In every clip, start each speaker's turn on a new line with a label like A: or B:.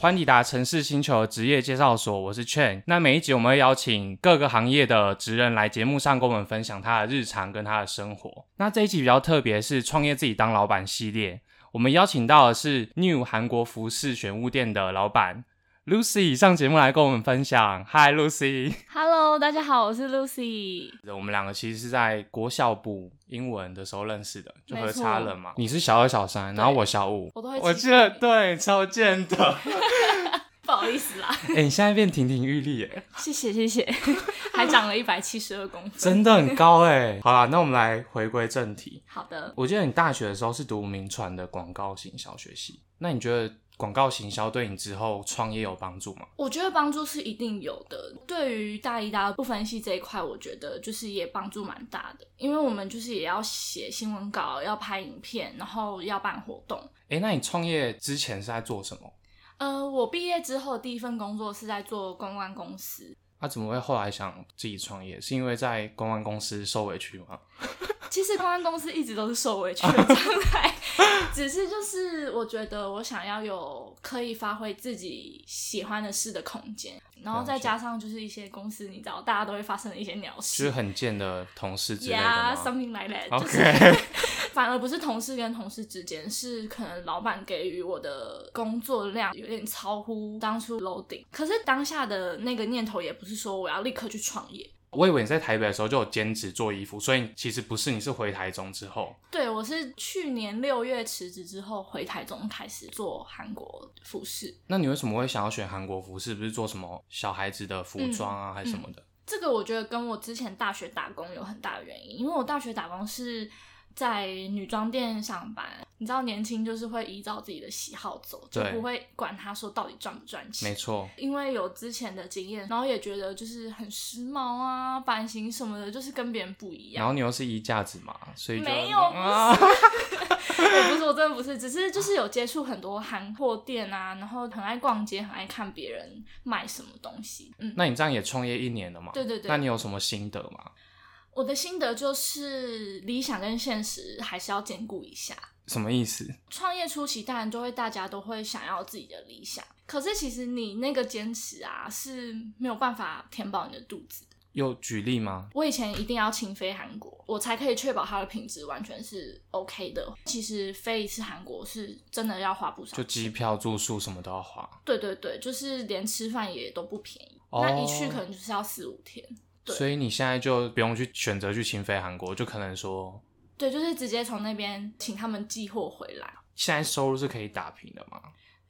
A: 欢迎抵达城市星球职业介绍所，我是 Chen。那每一集我们会邀请各个行业的职人来节目上跟我们分享他的日常跟他的生活。那这一集比较特别，是创业自己当老板系列，我们邀请到的是 New 韩国服饰选物店的老板 Lucy 上节目来跟我们分享。Hi Lucy，
B: Hello，大家好，我是 Lucy。
A: 我们两个其实是在国小部英文的时候认识的，就
B: 没
A: 和
B: 错
A: 差了嘛。你是小二小三，然后我小五，
B: 我都会
A: 我
B: 记
A: 记得对，超贱的。
B: 不好意思啦，
A: 哎、你现在变亭亭玉立耶，
B: 谢谢谢 谢，还长了一百七十二公分。
A: 真的很高哎。 好啦，那我们来回归正题。
B: 好的，
A: 我记得你大学的时候是读名传的广告行销学系，那你觉得广告行销对你之后创业有帮助吗？
B: 我觉得帮助是一定有的。对于大一、大二不分析这一块，我觉得就是也帮助蛮大的，因为我们就是也要写新闻稿，要拍影片，然后要办活动。
A: 哎、那你创业之前是在做什么？
B: 呃，我毕业之后第一份工作是在做公关公司，
A: 啊，怎么会后来想自己创业？是因为在公关公司受委屈吗？
B: 其实公关公司一直都是受委 屈的状态，只是就是我觉得我想要有可以发挥自己喜欢的事的空间，然后再加上就是一些公司，你知道大家都会发生的一些鸟
A: 就是
B: 事。
A: 很贱的同事之类的吗
B: 呀、yeah,，something like that，、就是
A: OK
B: 反而不是同事跟同事之间，是可能老板给予我的工作量有点超乎当初楼顶。可是当下的那个念头也不是说我要立刻去创业，
A: 我以为你在台北的时候就有兼职做衣服，所以其实不是，你是回台中之后。
B: 对，我是去年六月辞职之后回台中开始做韩国服饰，
A: 那你为什么会想要选韩国服饰？不是做什么小孩子的服装啊，还是什么的？
B: 这个我觉得跟我之前大学打工有很大的原因，因为我大学打工是在女装店上班，你知道年轻就是会依照自己的喜好走，就
A: 对
B: 不会管他说到底赚不赚钱
A: 没。错，
B: 因为有之前的经验，然后也觉得就是很时髦啊，版型什么的，就是跟别人不一样
A: 然。后你又是衣架子嘛，所以就
B: 没有
A: 啊，
B: 我不是， 我真的不是，只是就是有接触很多韩货店啊，然后很爱逛街，很爱看别人卖什么东西。嗯，
A: 那你这样也创业一年了嘛？
B: 对对对
A: 那你有什么心得吗？
B: 我的心得就是理想跟现实还是要兼顾一下。
A: 什么意思？
B: 创业初期当然就会大家都会想要自己的理想，可是其实你那个坚持啊是没有办法填饱你的肚子的。
A: 有举例吗？
B: 我以前一定要亲飞韩国，我才可以确保它的品质完全是 OK 的。其实飞一次韩国是真的要花不少
A: 就
B: 钱，
A: 机票、住宿什么都要花，
B: 对对对，就是连吃饭也都不便宜。
A: 哦
B: 那一去可能就是要四五天，对
A: 所以你现在就不用去选择去亲飞韩国，就可能说
B: 对，就是直接从那边请他们寄货回来。
A: 现在收入是可以打平的嘛？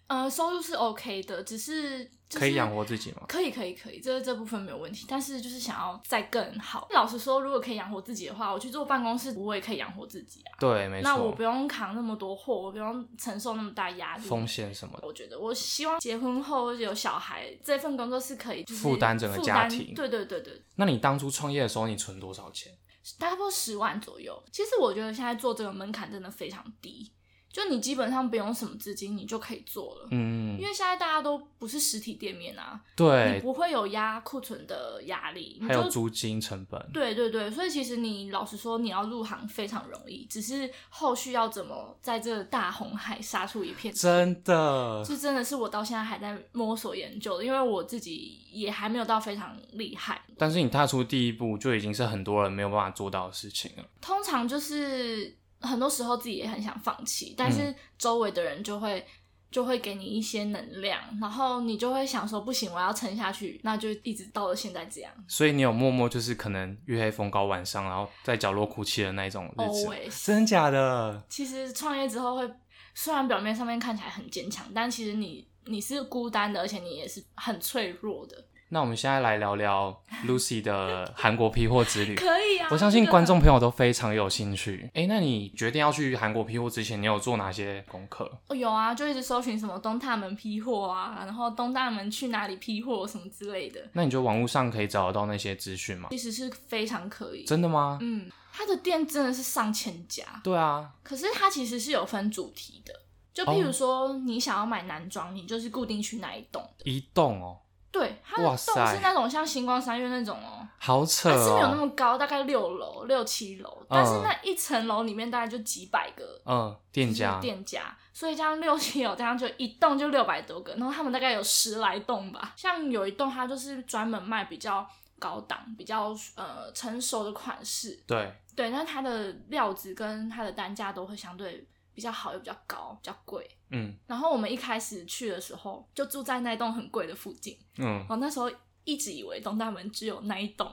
B: 呃，收入是 OK 的，只是、就是、
A: 可以养活自己吗
B: 可以，可以，可以，这这部分没有问题。但是就是想要再更好。老实说，如果可以养活自己的话，我去做办公室，我也可以养活自己啊。
A: 对，没错。
B: 那我不用扛那么多货，我不用承受那么大压力。啊
A: 风险什么的。
B: 我觉得我希望结婚后有小孩，这份工作是可以就是
A: 负担整个
B: 负
A: 家
B: 担
A: 庭
B: 对对对对，
A: 那你当初创业的时候，你存多少钱？
B: 大概不十万左右。其实我觉得现在做这个门槛真的非常低，就你基本上不用什么资金，你就可以做了。
A: 嗯
B: 因，为现在大家都不是实体店面啊，你
A: 对，
B: 不会有压库存的压力，你
A: 还有
B: 就
A: 租金成本。
B: 对对对，所以其实你老实说，你要入行非常容易，只是后续要怎么在这个大红海杀出一片，
A: 真的，
B: 这真的是我到现在还在摸索研究的，因为我自己也还没有到非常厉害。
A: 但是你踏出第一步，就已经是很多人没有办法做到的事情了。
B: 通常就是很多时候自己也很想放弃，
A: 嗯
B: 但是周围的人就会、就会给你一些能量，然后你就会想说不行，我要撑下去，那就一直到了现在这样。
A: 所以你有默默就是可能月黑风高晚上，然后在角落哭泣的那一种日子吗
B: Always
A: 真假的？
B: 其实创业之后会，虽然表面上面看起来很坚强，但其实你你是孤单的，而且你也是很脆弱的。
A: 那我们现在来聊聊 Lucy 的韩国批货之旅。
B: 可以啊，
A: 我相信
B: 这个
A: 观众朋友都非常有兴趣。哎、那你决定要去韩国批货之前，你有做哪些功课？
B: 哦有啊，就一直搜寻什么东大门批货啊，然后东大门去哪里批货什么之类的，
A: 那你觉得网络上可以找得到那些资讯吗？
B: 其实是非常可以。
A: 真的吗？
B: 嗯，它的店真的是上千家，
A: 对啊，
B: 可是它其实是有分主
A: 哦
B: 题的。就譬如说，你想要买男装，你就是固定去哪一栋的。
A: 一栋哦，
B: 对，它的
A: 哇
B: 洞
A: 塞
B: 是那种像星光三月那种哦，
A: 好扯
B: 它是没有那
A: 哦。
B: 么高，大概六楼、六七楼，但是
A: 嗯
B: 那一层楼里面大概就几百个
A: 嗯，店
B: 就是
A: 家
B: 店家，所以这样六七楼，这样就一栋就六百多个，然后他们大概有十来栋吧。像有一栋，它就是专门卖比较高档、比较呃成熟的款式，
A: 对，
B: 对，那它的料子跟它的单价都会相对比较好，又比较高，比较贵。
A: 嗯
B: 然后我们一开始去的时候，就住在那栋很贵的附近，
A: 嗯，
B: 我那时候一直以为东大门只有那一 栋，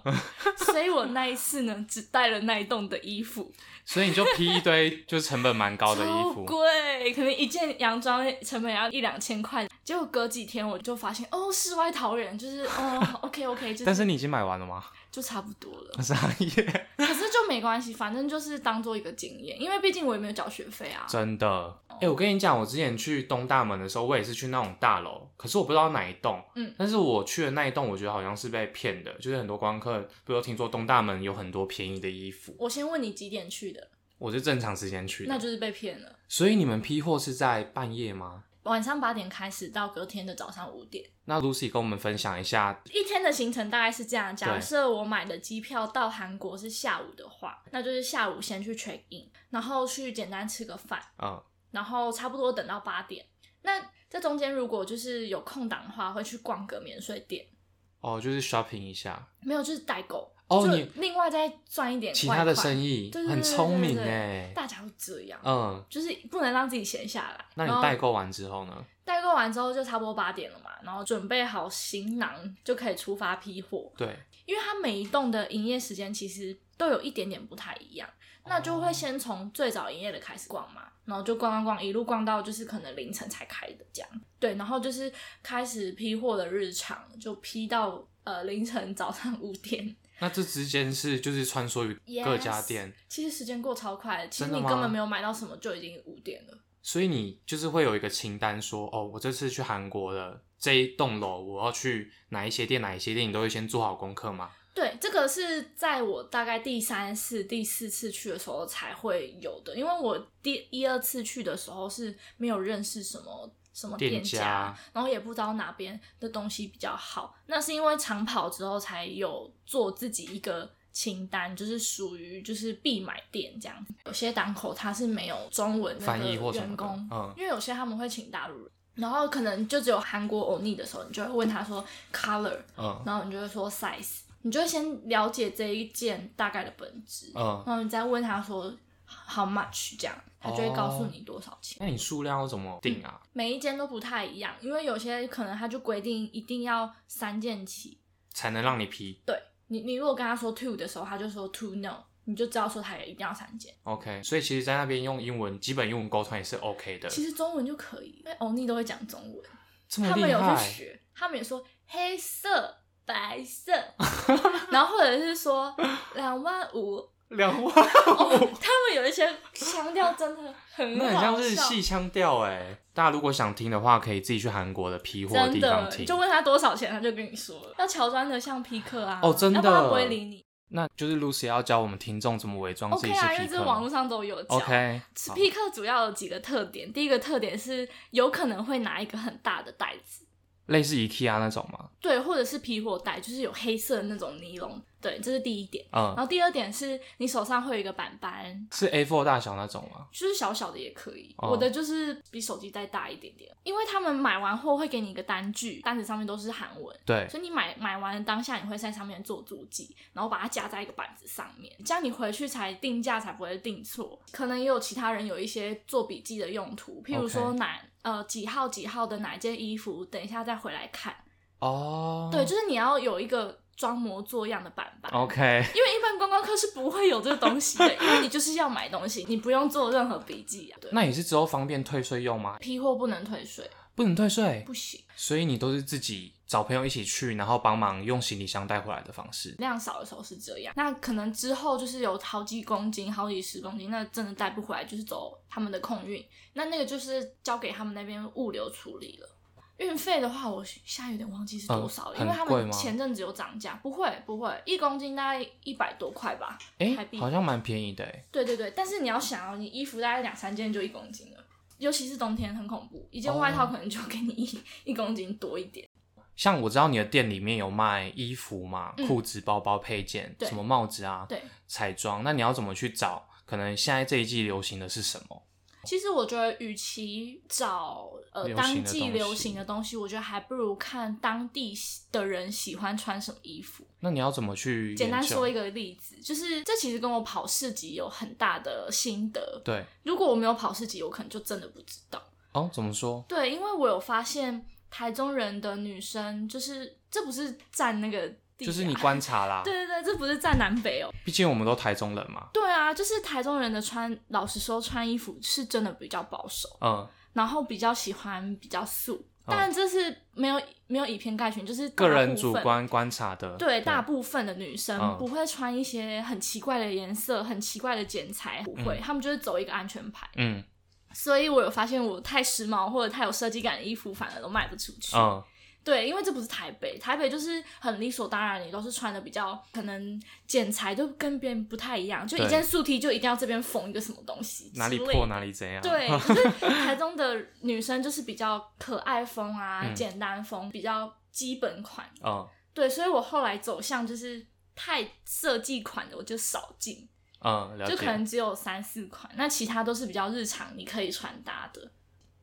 B: 所以我那一次呢，只带了那一栋的衣服，
A: 所以你就批一堆就是成本蛮高的衣
B: 超
A: 服，
B: 贵，可能一件洋装成本要一两千块。结果隔几天我就发现，哦，世外桃源，就是哦 ，OK OK，就是
A: 但是你已经买完了 吗？。
B: 就差不多了
A: 啥耶？
B: 可是就没关系，反正就是当做一个经验，因为毕竟我也没有缴学费啊。
A: 真的。哎、我跟你讲，我之前去东大门的时候，我也是去那种大楼，可是我不知道哪一栋。
B: 嗯
A: 但是我去的那一栋，我觉得好像是被骗的，就是很多观光客，比如听说东大门有很多便宜的衣服，
B: 我先问你几点去的，
A: 我是正常时间去
B: 那
A: 的。
B: 就是被骗了。
A: 所以你们批货是在半夜吗？
B: 晚上八点开始到隔天的早上五点。
A: 那 Lucy 跟我们分享一下，
B: 一天的行程大概是这样：假
A: 对
B: 设我买的机票到韩国是下午的话，那就是下午先去 check in，然后去简单吃个饭，
A: 嗯
B: 然后差不多等到八点。那这中间如果就是有空档的话，会去逛个免税店，
A: 哦，就是 shopping 一下。
B: 没有就是代购，
A: 哦，
B: 就
A: 你
B: 另外再赚一点
A: 其他的生
B: 意，
A: 意
B: 对对对
A: 很聪明
B: 对对
A: 哎。
B: 大家都这样，
A: 嗯，
B: 就是不能让自己闲下来。
A: 那你
B: 然后
A: 代购完之后呢？
B: 代购完之后就差不多八点了嘛，然后准备好行囊就可以出发批货。
A: 对，
B: 因为它每一栋的营业时间其实都有一点点不太一样，那就
A: 哦
B: 会先从最早营业的开始逛嘛，然后就逛逛逛，一路逛到就是可能凌晨才开的这样。对，然后就是开始批货的日常，就批到呃凌晨早上五点。
A: 那这之间是就是穿梭于各家
B: Yes
A: 店，
B: 其实时间过超快的，其
A: 真
B: 实
A: 的
B: 你
A: 吗
B: 根本没有买到什么，就已经五点了。
A: 所以你就是会有一个清单说，哦，我这次去韩国的这一栋楼，我要去哪一些店，哪一些店，你都会先做好功课吗？
B: 对，这个是在我大概第三次、第四次去的时候才会有的，因为我第一二次去的时候是没有认识什么什么
A: 店
B: 店
A: 家
B: 然后也不知道哪边的东西比较好。那是因为长跑之后才有做自己一个清单，就是属于就是必买店这样子。有些档口它是没有中文那
A: 翻
B: 个
A: 译或什
B: 员
A: 么的
B: 工，
A: 嗯
B: 因为有些他们会请大陆人。然后可能就只有韩国欧尼的时候，你就会问他说 color，
A: 嗯
B: 然后你就会说 size，你就会先了解这一件大概的本质，
A: 嗯，
B: 然后你再问他说 how much 这样，他就会告诉
A: 哦
B: 你多少钱。
A: 那你数量要怎么定啊？
B: 每一间都不太一样，因为有些可能他就规定一定要三件起。
A: 才能让你批
B: 对你，你如果跟他说 two 的时候，他就说 two no，你就知道说他也一定要三件。
A: ？OK，所以其实，在那边用英文，基本英文沟通也是 OK 的。
B: 其实中文就可以，因为欧尼都会讲中文，
A: 这么
B: 他们
A: 厉
B: 有去
A: 害，
B: 学，他们也说黑色、白色， 然后或者是说两万五
A: 两万，
B: 他们有一些腔调真的很
A: 那很
B: 好
A: 像是
B: 笑
A: 戏腔调哎。大家如果想听的话，可以自己去韩国的批货
B: 真
A: 地方
B: 的，你
A: 听。
B: 就问他多少钱，他就跟你说了。要乔装的像皮克啊，
A: 哦真的
B: 要不然他不会理你。
A: 那就是 Lucy 要教我们听众怎么伪装自
B: OK
A: 己是
B: 啊，因
A: 皮
B: 为这
A: 克。
B: 网络上都有讲。
A: OK，好
B: 皮克主要有几个特点，第一个特点是有可能会拿一个很大的袋子，
A: 类似 IKEA 那种吗？
B: 对，或者是皮火袋，就是有黑色的那种尼龙，对，这是第一点。然
A: 嗯，
B: 后第二点是你手上会有一个板板，
A: 是 A4 大小那种吗？
B: 就是小小的也可以。
A: 哦
B: 我的就是比手机再大一点点，因为他们买完货会给你一个单据，单子上面都是韩文，
A: 对，
B: 所以你买买完的当下，你会在上面做注记，然后把它夹在一个板子上面，这样你回去才定价才不会定错。可能也有其他人有一些做笔记的用途，譬如
A: OK
B: 说哪呃几号几号的哪件衣服，等一下再回来看。
A: 哦，
B: 对，就是你要有一个装模作样的板板。
A: OK，
B: 因为一般观光客是不会有这个东西的，因为你就是要买东西，你不用做任何笔记啊。对，
A: 那你是之后方便退税用吗？
B: 批货不能退税，
A: 不能退税，
B: 不行，
A: 所以你都是自己找朋友一起去，然后帮忙用行李箱带回来的方式。
B: 量少的时候是这样。那可能之后就是有好几公斤、好几十公斤，那真的带不回来，就是走他们的空运。那那个就是交给他们那边物流处理了。运费的话，我现在有点忘记是多少了，
A: 嗯
B: 因为他
A: 很贵
B: 们
A: 吗
B: 前阵子有涨价。不会，不会，一公斤大概一百多块吧。
A: 哎、
B: 台币
A: 好像蛮便宜的哎。
B: 对对对，但是你要想哦，你衣服大概两三件就一公斤了，尤其是冬天很恐怖，一件
A: 哦
B: 外套可能就给你一、一公斤多一点。
A: 像我知道你的店里面有卖衣服嘛、
B: 嗯
A: 裤子、包包、配件，
B: 对
A: 什么帽子啊、
B: 对，
A: 彩妆，那你要怎么去找？可能现在这一季流行的是什么？
B: 其实我觉得，与其找呃
A: 流行的
B: 当
A: 东
B: 季
A: 西
B: 流行的东西，我觉得还不如看当地的人喜欢穿什么衣服。
A: 那你要怎么去
B: 简单
A: 研究
B: 说一个例子，就是这其实跟我跑市集有很大的心得。
A: 对
B: 如果我没有跑市集，我可能就真的不知道。
A: 哦，怎么说？
B: 对，因为我有发现台中人的女生，就是这不是占那个地啊、
A: 就是你 观察啦，
B: 对对对，这不是占南北哦。
A: 毕竟我们都台中人嘛，
B: 对啊，就是台中人的穿，老实说，穿衣服是真的比较保守。
A: 嗯，
B: 然后比较喜欢比较素，当然这是没有没有以偏概全，就是大
A: 哦个
B: 部分
A: 人主观观察的，
B: 对大部分的女生
A: 嗯
B: 不会穿一些很奇怪的颜色、很奇怪的剪裁，不会，她们就是走一个安全牌。
A: 嗯
B: 所以我有发现，我太时髦或者太有设计感的衣服反而都卖不出去。
A: 嗯，
B: 对，因为这不是台北，台北就是很理所当然，你都是穿的比较可能剪裁都跟别人不太一样，就一
A: 对
B: 件素 T 就一定要这边缝一个什么东西之类的，
A: 哪里破哪里怎样，
B: 对，就是台中的女生就是比较可爱风啊，
A: 嗯
B: 简单风，比较基本款。
A: 嗯
B: 对，所以我后来走向就是太设计款的，我就少进，
A: 嗯，了
B: 就可
A: 解。
B: 能只有三四款，那其他都是比较日常你可以穿搭的。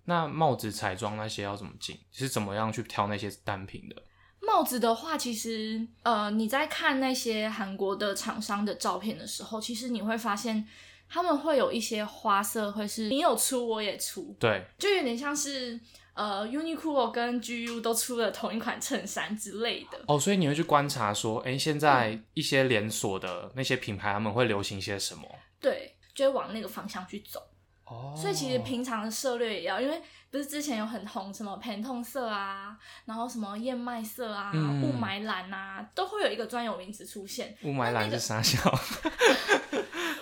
A: 那帽子、彩妆那些要怎么进？是怎么样去挑那些单品的？
B: 帽子的话，其实呃，你在看那些韩国的厂商的照片的时候，其实你会发现他们会有一些花色，会是你有出我也出，
A: 对，
B: 就有点像是呃，Uniqlo 跟 GU 都出了同一款衬衫之类的。
A: 哦，所以你会去观察说，哎、现在一些连锁的那些品牌，他们会流行些什么？
B: 对，就会往那个方向去走。
A: 哦，
B: 所以其实平常的策略也要，因为不是之前有很红什么 Pantone 色啊，然后什么燕麦色啊、
A: 嗯
B: 雾霾蓝啊，都会有一个专有名词出现。
A: 雾霾蓝是傻笑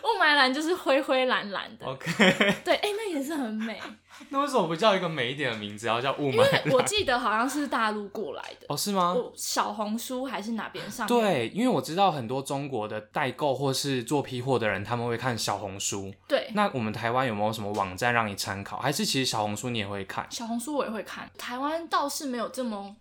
B: 雾霾蓝就是灰灰蓝蓝 的，
A: ，OK，
B: 对，哎、那颜色很美。
A: 那为什么不叫一个美一点的名字，要叫雾霾
B: 我
A: 蓝？
B: 记得好像是大陆过来的，
A: 哦，是吗？
B: 我小红书还是哪边上面？
A: 对，因为我知道很多中国的代购或是做批货的人，他们会看小红书。
B: 对，
A: 那我们台湾有没有什么网站让你参考？还是其实小红书你也会看
B: 小红书我也会看，台湾倒是没有这么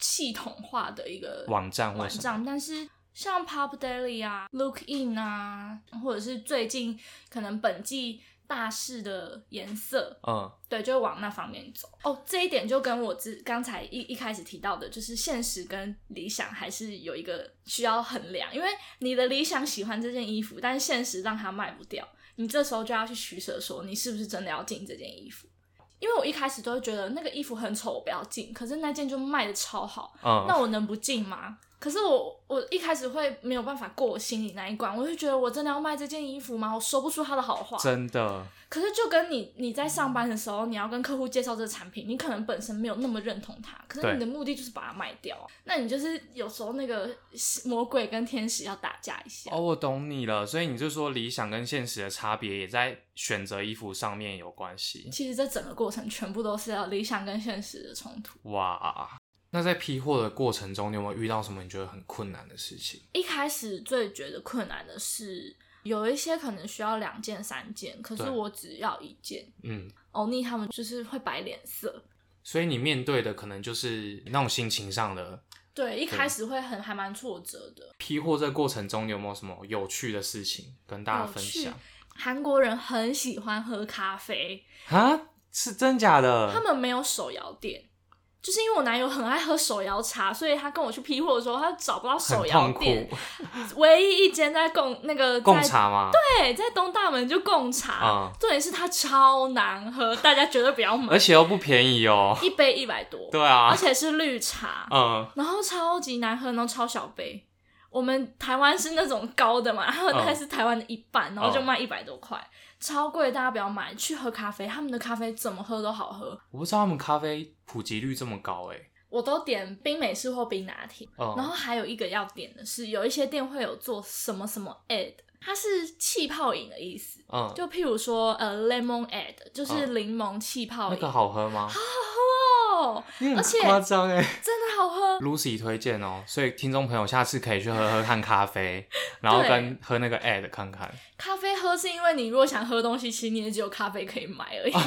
B: 系统化的一个
A: 网站或
B: 网
A: 什么？
B: 站，但是像 Pop Daily 啊、Look In 啊，或者是最近可能本季大势的颜色，
A: 嗯，
B: 对，就会往那方面走。哦，这一点就跟我之刚才一一开始提到的，就是现实跟理想还是有一个需要衡量，因为你的理想喜欢这件衣服，但是现实让它卖不掉，你这时候就要去取舍，说你是不是真的要进这件衣服。因为我一开始都会觉得那个衣服很丑，我不要进。可是那件就卖的超好，
A: 嗯，
B: 那我能不进吗？可是我我一开始会没有办法过我心里那一关，我就觉得我真的要卖这件衣服吗？我说不出它的好话。
A: 真的，
B: 可是就跟你你在上班的时候，你要跟客户介绍这个产品，你可能本身没有那么认同它，可是
A: 对
B: 你的目的就是把它卖掉
A: 哦
B: 啊。那你就是有时候那个魔鬼跟天使要打架一下。
A: 哦，我懂你了，所以你就说理想跟现实的差别也在选择衣服上面有关系。
B: 其实这整个过程全部都是要理想跟现实的冲突。
A: 哇，那在批货的过程中，你有没有遇到什么你觉得很困难的事情？
B: 一开始最觉得困难的是，有一些可能需要两件、三件，可是
A: 对
B: 我只要一件。
A: 嗯，
B: 欧尼他们就是会摆脸色，
A: 所以你面对的可能就是那种心情上的。
B: 对，一开始会很还蛮挫折的。
A: 批货这个过程中，你有没有什么有趣的事情跟大家
B: 有
A: 分
B: 趣
A: 享？
B: 韩国人很喜欢喝咖啡，
A: 啊，是真假的？
B: 他们没有手摇店，就是因为我男友很爱喝手摇茶，所以他跟我去批货的时候，他找不到手
A: 很
B: 摇
A: 痛
B: 店
A: 苦，，
B: 唯一一间在贡那个
A: 贡
B: 在
A: 茶吗？对
B: 对，在东大门就贡茶，
A: 啊、
B: 重点是它超难喝，大家绝对不要买
A: 而，且又不便宜哦。
B: 一杯一百多，
A: 对啊
B: 而，且是绿茶，
A: 嗯，
B: 然后超级难喝，然后超小杯。我们台湾是那种高的嘛，然后
A: 嗯
B: 大概是台湾的一半，然后就
A: 嗯
B: 卖一百多块，超贵，大家不要买。去喝咖啡，他们的咖啡怎么喝都好喝，
A: 我不知道他们咖啡普及率这么高哎、
B: 我都点冰美式或冰拿铁。
A: 嗯，
B: 然后还有一个要点的是，有一些店会有做什么什么 add，它是气泡饮的意思，
A: 嗯，
B: 就譬如说呃 lemon add，就是
A: 嗯
B: 柠檬气泡
A: 那
B: 饮。
A: 个好喝吗？
B: 哦有，
A: 你
B: 啊而
A: 很
B: 且
A: 夸张哎
B: 真的好喝。
A: ，Lucy 推荐哦，所以听众朋友下次可以去喝喝看咖啡，然后
B: 对
A: 跟喝那个 ad 看看，
B: 咖啡喝是因为你如果想喝东西，其实你也只有咖啡可以买而已，
A: 哦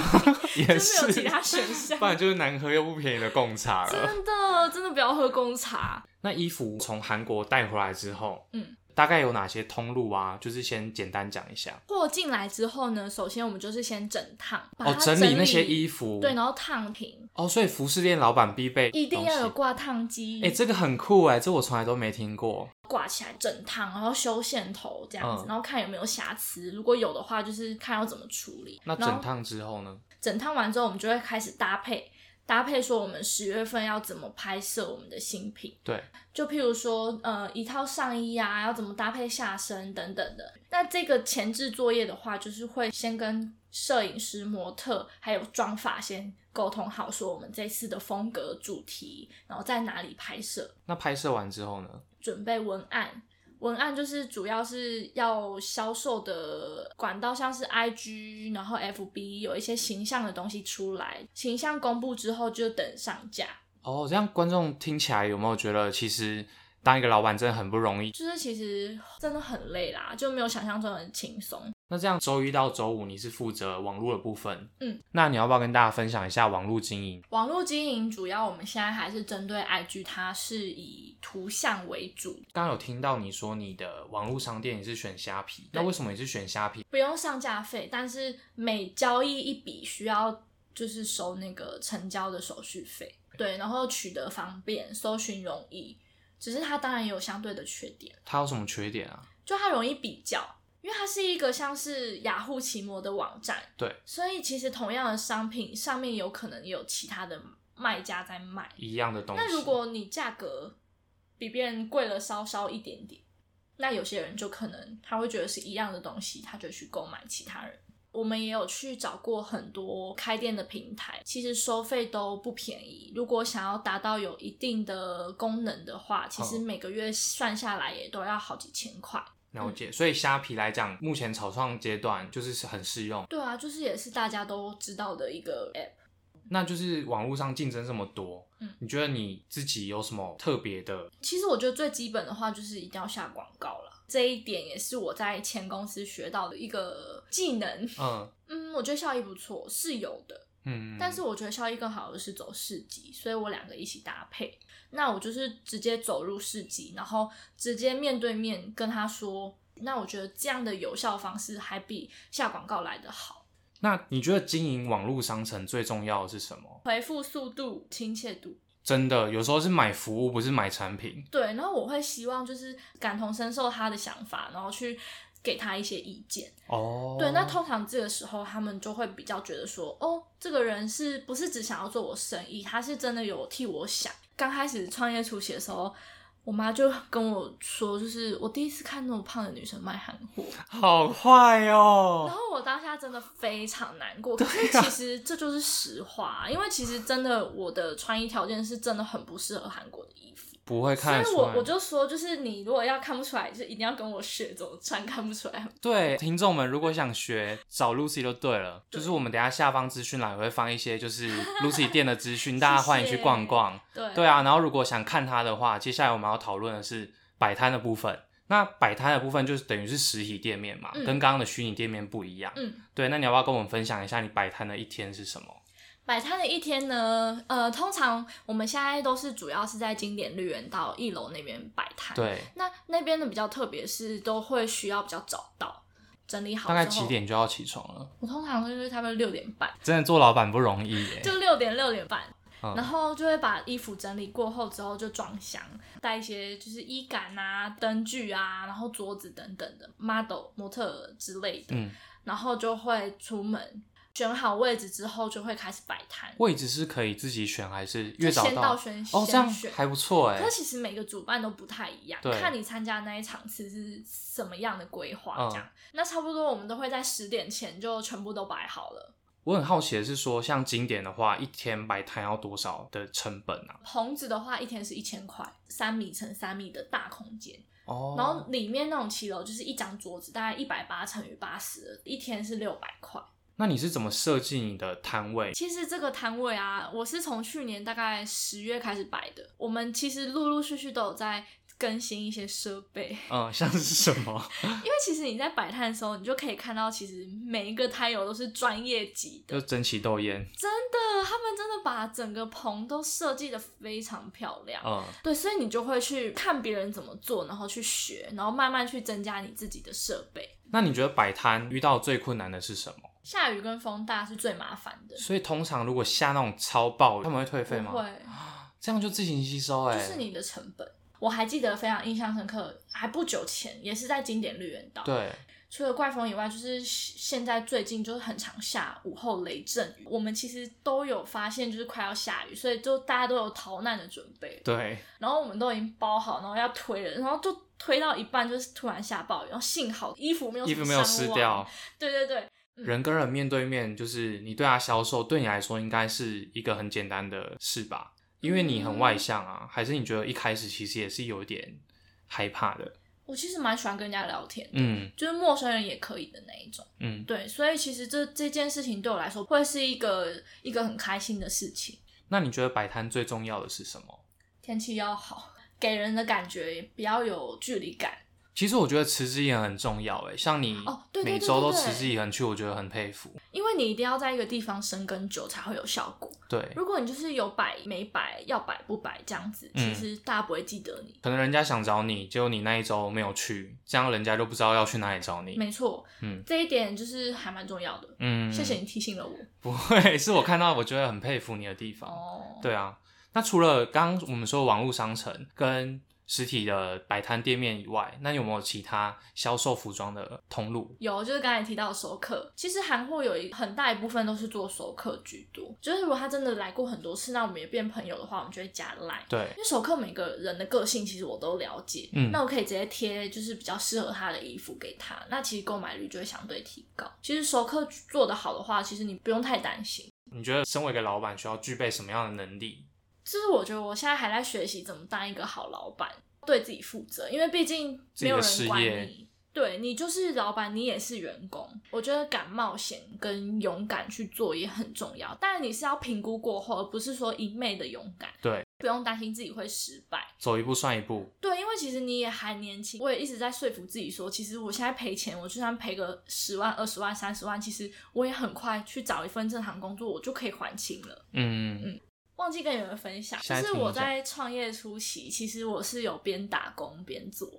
A: 也
B: 就是没有
A: 是
B: 其，他选项
A: 不。然就是难喝又不便宜的贡茶了。
B: 真的，真的不要喝公茶。
A: 那衣服从韩国带回来之后，
B: 嗯，
A: 大概有哪些通路啊？就是先简单讲一下
B: 货进来之后呢，首先我们就是先整烫，把
A: 哦，
B: 它
A: 整理
B: 理
A: 那些衣服，
B: 对，然后烫平，
A: 哦，所以服饰店老板必备
B: 一定要有
A: 东西。
B: 挂烫机，
A: 哎、这个很酷哎，这我从来都没听过。
B: 挂起来整烫，然后修线头这样子，
A: 嗯
B: 然后看有没有瑕疵，如果有的话，就是看要怎么处理。
A: 那
B: 然
A: 整
B: 后
A: 趟之后呢？
B: 整烫完之后，我们就会开始搭配，搭配说我们十月份要怎么拍摄我们的新品。
A: 对，
B: 就譬如说，呃，一套上衣啊，要怎么搭配下身等等的。那这个前置作业的话，就是会先跟摄影师、模特还有妆发先沟通好，说我们这次的风格、主题，然后在哪里拍摄，
A: 那拍摄完之后呢？
B: 准备文案。文案就是主要是要销售的管道，像是 IG，然后 FB 有一些形象的东西出来，形象公布之后就等上架。
A: 哦，这样观众听起来有没有觉得，其实当一个老板真的很不容易？
B: 就是其实真的很累啦，就没有想象中的轻松。
A: 那这样周一到周五你是负责网络的部分，
B: 嗯，
A: 那你要不要跟大家分享一下网络经营？
B: 网络经营主要我们现在还是针对 IG，它是以图像为主，
A: 刚刚有听到你说你的网络商店你是选虾皮，那
B: 对
A: 为什么你是选虾皮？
B: 不用上架费，但是每交易一笔需要就是收那个成交的手续费，对，然后取得方便，搜寻容易，只是它当然也有相对的缺点，
A: 它有什么缺点啊？
B: 就它容易比较。因为它是一个像是雅虎奇摩的网站，
A: 对，
B: 所以其实同样的商品上面有可能也有其他的卖家在卖，
A: 一样的东西。
B: 那如果你价格比别人贵了稍稍一点点，那有些人就可能他会觉得是一样的东西，他就去购买其他人。我们也有去找过很多开店的平台，其实收费都不便宜。如果想要达到有一定的功能的话，其实
A: 哦
B: 每个月算下来也都要好几千块。
A: 了解，所以虾皮来讲，目前草创阶段就是很适用。
B: 对啊，就是也是大家都知道的一个 app。
A: 那就是网络上竞争这么多，
B: 嗯
A: 你觉得你自己有什么特别的？
B: 其实我觉得最基本的话就是一定要下广告了，这一点也是我在前公司学到的一个技能。
A: 嗯
B: 嗯，我觉得效益不错，是有的。
A: 嗯，
B: 但是我觉得效益更好的是走市集，所以我两个一起搭配。那我就是直接走入市集，然后直接面对面跟他说。那我觉得这样的有效方式还比下广告来的好，
A: 那你觉得经营网络商城最重要的是什么？
B: 回复速度、亲切度。
A: 真的，有时候是买服务，不是买产品。
B: 对，然后我会希望就是感同身受他的想法，然后去给他一些意见。
A: 哦，
B: 对，那通常这个时候他们就会比较觉得说，哦，这个人是不是只想要做我生意，他是真的有替我想。刚开始创业初期的时候，我妈就跟我说，就是我第一次看那么胖的女生卖韩货，
A: 好坏
B: 然
A: 哦。啊
B: 后我当下真的非常 难过。可是其实这就是实话，因为其实真的我的穿衣条件是真的很不适合韩国的衣服，
A: 不会
B: 所
A: 看得
B: 以
A: 出
B: 我
A: 来，
B: 我就说，就是你如果要看不出来，就一定要跟我学怎么穿看不出来。
A: 对听众们，如果想学，找 Lucy 就对了。就是我们等一下下方资讯栏也会放一些就是 Lucy 店的资讯，大家欢迎去逛逛。
B: 对
A: 对啊，然后如果想看它的话，接下来我们要讨论的是摆摊的部分。那摆摊的部分就是等于是实体店面嘛，
B: 嗯
A: 跟刚刚的虚拟店面不一样。
B: 嗯。
A: 对，那你要不要跟我们分享一下你摆摊的一天是什么？
B: 摆摊的一天呢，呃，通常我们现在都是主要是在经典绿园到一楼那边摆摊。，
A: 对，
B: 那那边的比较特别是都会需要比较早到，整理好
A: 大概
B: 之后
A: 几？点就要起床了？
B: 我通常就是差不多六点半，
A: 真的做老板不容易耶。
B: 就六点六点半。
A: 嗯
B: 然后就会把衣服整理过后之后就装箱，带一些就是衣杆啊、灯具啊，然后桌子等等的 model 模特儿之类的，
A: 嗯，
B: 然后就会出门，选好位置之后就会开始摆摊。
A: 位置是可以自己选还是越
B: 就
A: 早
B: 先到
A: 到？
B: 先
A: 哦，这样
B: 先选
A: 还不错哎
B: 可。是其实每个主办都不太一样，
A: 对
B: 看你参加的那一场次是什么样的规划
A: 嗯
B: 这样。那差不多我们都会在十点前就全部都摆好了。
A: 我很好奇的是说，像经典的话，一天摆摊要多少的成本啊？
B: 棚子的话，一天是一千块，三米乘三米的大空间，
A: 哦，
B: 然后里面那种骑楼就是一张桌子，大概一百八乘以八十，一天是六百块。
A: 那你是怎么设计你的摊位？
B: 其实这个摊位啊，我是从去年大概十月开始摆的。我们其实陆陆续续都有在更新一些设备，
A: 嗯，像是什么？
B: 因为其实你在摆摊的时候，你就可以看到，其实每一个摊友都是专业级的，
A: 就争奇斗艳。
B: 真
A: 呃
B: 的，他们真的把整个棚都设计的非常漂亮。
A: 嗯，
B: 对，所以你就会去看别人怎么做，然后去学，然后慢慢去增加你自己的设备。
A: 那你觉得摆摊遇到最困难的是什么？
B: 下雨跟风大是最麻烦的，
A: 所以通常如果下那种超爆，他们会退费
B: 不
A: 吗？
B: 会，
A: 这样就自行吸收哎、
B: 就是你的成本。我还记得非常印象深刻，还不久前也是在经典绿园道。
A: 对，
B: 除了怪风以外，就是现在最近就是很常下午后雷阵雨，我们其实都有发现，就是快要下雨，所以就大家都有逃难的准备。
A: 对，
B: 然后我们都已经包好，然后要推了，然后就推到一半，就是突然下暴雨，然后幸好衣服没有
A: 衣服没有湿
B: 伤亡
A: 掉。，
B: 对对对，
A: 人跟人面对面，就是你对他销售，对你来说应该是一个很简单的事吧？因为你很外向啊，还是你觉得一开始其实也是有点害怕的？
B: 我其实蛮喜欢跟人家聊天的，
A: 嗯
B: 就是陌生人也可以的那一种。
A: 嗯。
B: 对，所以其实这这件事情对我来说会是一个一个很开心的事情。
A: 那你觉得摆摊最重要的是什么？
B: 天气要好，给人的感觉比较有距离感。
A: 其实我觉得持之以恒很重要诶，像你
B: 哦对对
A: 每
B: 对
A: 周都
B: 对对
A: 持之以恒去，我觉得很佩服。
B: 因为你一定要在一个地方生根久才会有效果。
A: 对，
B: 如果你就是有摆没摆，要摆不摆这样子，
A: 嗯
B: 其实大家不会记得你。
A: 可能人家想找你，结果你那一周没有去，这样人家就不知道要去哪里找你。
B: 没错，
A: 嗯
B: 这一点就是还蛮重要的。
A: 嗯，
B: 谢谢。你提醒了我。
A: 不会，是我看到我觉得很佩服你的地方。
B: 哦，
A: 对啊，那除了刚刚我们说网络商城跟实体的摆摊店面以外，那有没有其他销售服装的通路？
B: 有，就是刚才提到的熟客，其实韩货有一很大一部分都是做熟客居多。就是如果他真的来过很多次，那我们也变朋友的话，我们就会加 line。
A: 对
B: 因，为熟客每个人的个性其实我都了解，
A: 嗯
B: 那我可以直接贴就是比较适合他的衣服给他，那其实购买率就会相对提高。其实熟客做得好的话，其实你不用太担心。
A: 你觉得身为一个老板需要具备什么样的能力？
B: 就是我觉得我现在还在学习怎么当一个好老板，对自己负责，因为毕竟没有人管
A: 自己的事
B: 你。对你就是老板，你也是员工。我觉得敢冒险跟勇敢去做也很重要，但是你是要评估过后，而不是说一昧的勇敢，
A: 对，
B: 不用担心自己会失败。
A: 走一步算一步。
B: 对，因为其实你也还年轻，我也一直在说服自己说，其实我现在赔钱，我就算赔个十万、二十万、三十万，其实我也很快去找一份正常工作，我就可以还清了。
A: 嗯，
B: 忘记跟你们分享，就
A: 现在
B: 是
A: 听
B: 我
A: 一下
B: 在创业初期，其实我是有边打工边做。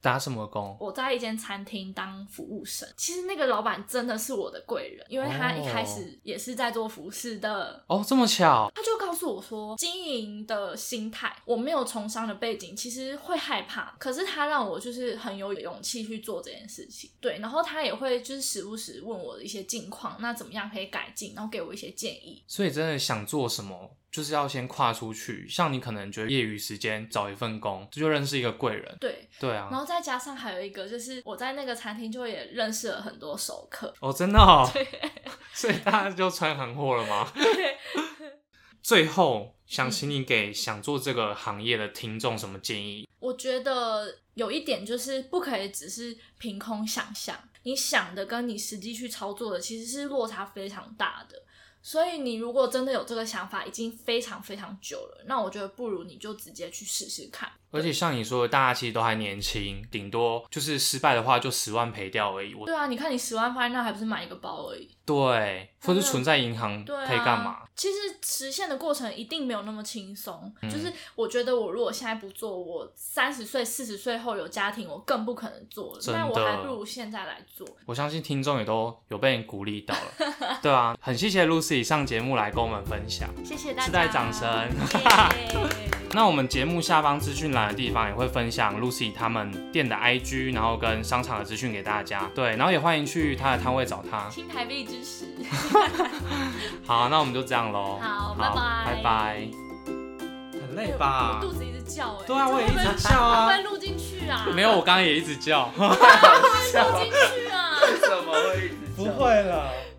A: 打什么工？
B: 我在一间餐厅当服务生，其实那个老板真的是我的贵人，因为他一开始也是在做服饰的
A: 哦，这么巧。
B: 他就告诉我说，经营的心态，我没有从商的背景，其实会害怕。可是他让我就是很有勇气去做这件事情，对。然后他也会就是时不时问我的一些近况，那怎么样可以改进，然后给我一些建议。
A: 所以真的想做什么，就是要先跨出去。像你可能觉得业余时间找一份工，这就认识一个贵人。
B: 对，
A: 对
B: 然
A: 啊。
B: 后再加上还有一个，就是我在那个餐厅就也认识了很多熟客，
A: 哦，真的哦。所以大家就穿行货了吗？ 最后，想
B: 嗯
A: 请你给想做这个行业的听众什么建议？
B: 我觉得有一点就是不可以只是凭空想象，你想的跟你实际去操作的其实是落差非常大的。所以你如果真的有这个想法，已经非常非常久了，那我觉得不如你就直接去试试看。
A: 而且像你说的，大家其实都还年轻，顶多就是失败的话就十万赔掉而已。我
B: 对啊，你看你十万放在那还不是买一个包而已？
A: 对，或是存在银行
B: 对啊，
A: 可以干嘛？？
B: 其实实现的过程一定没有那么轻松。
A: 嗯
B: 就是我觉得我如果现在不做，我三十岁、四十岁后有家庭，我更不可能做了。
A: 真的
B: 那我还不如现在来做。
A: 我相信听众也都有被你鼓励到了，对啊，很谢谢 Lucy 上节目来跟我们分享。
B: 谢谢大家，
A: 自带掌声
B: 耶
A: 那我们节目下方资讯栏的地方也会分享 Lucy 他们店的 IG，然后跟商场的资讯给大家。对，然后也欢迎去她的摊位找她。
B: 新台币支持。
A: 好，那我们就这样喽。
B: 好拜拜
A: 拜拜。很累吧
B: 我？肚子一直叫哎、
A: 对啊，我也一直
B: 叫
A: 笑
B: 会
A: 啊
B: 不。会录进去啊？
A: 没有， 我刚刚也一直叫。
B: 会不会录进去啊。
C: 怎么会一直
A: 会了。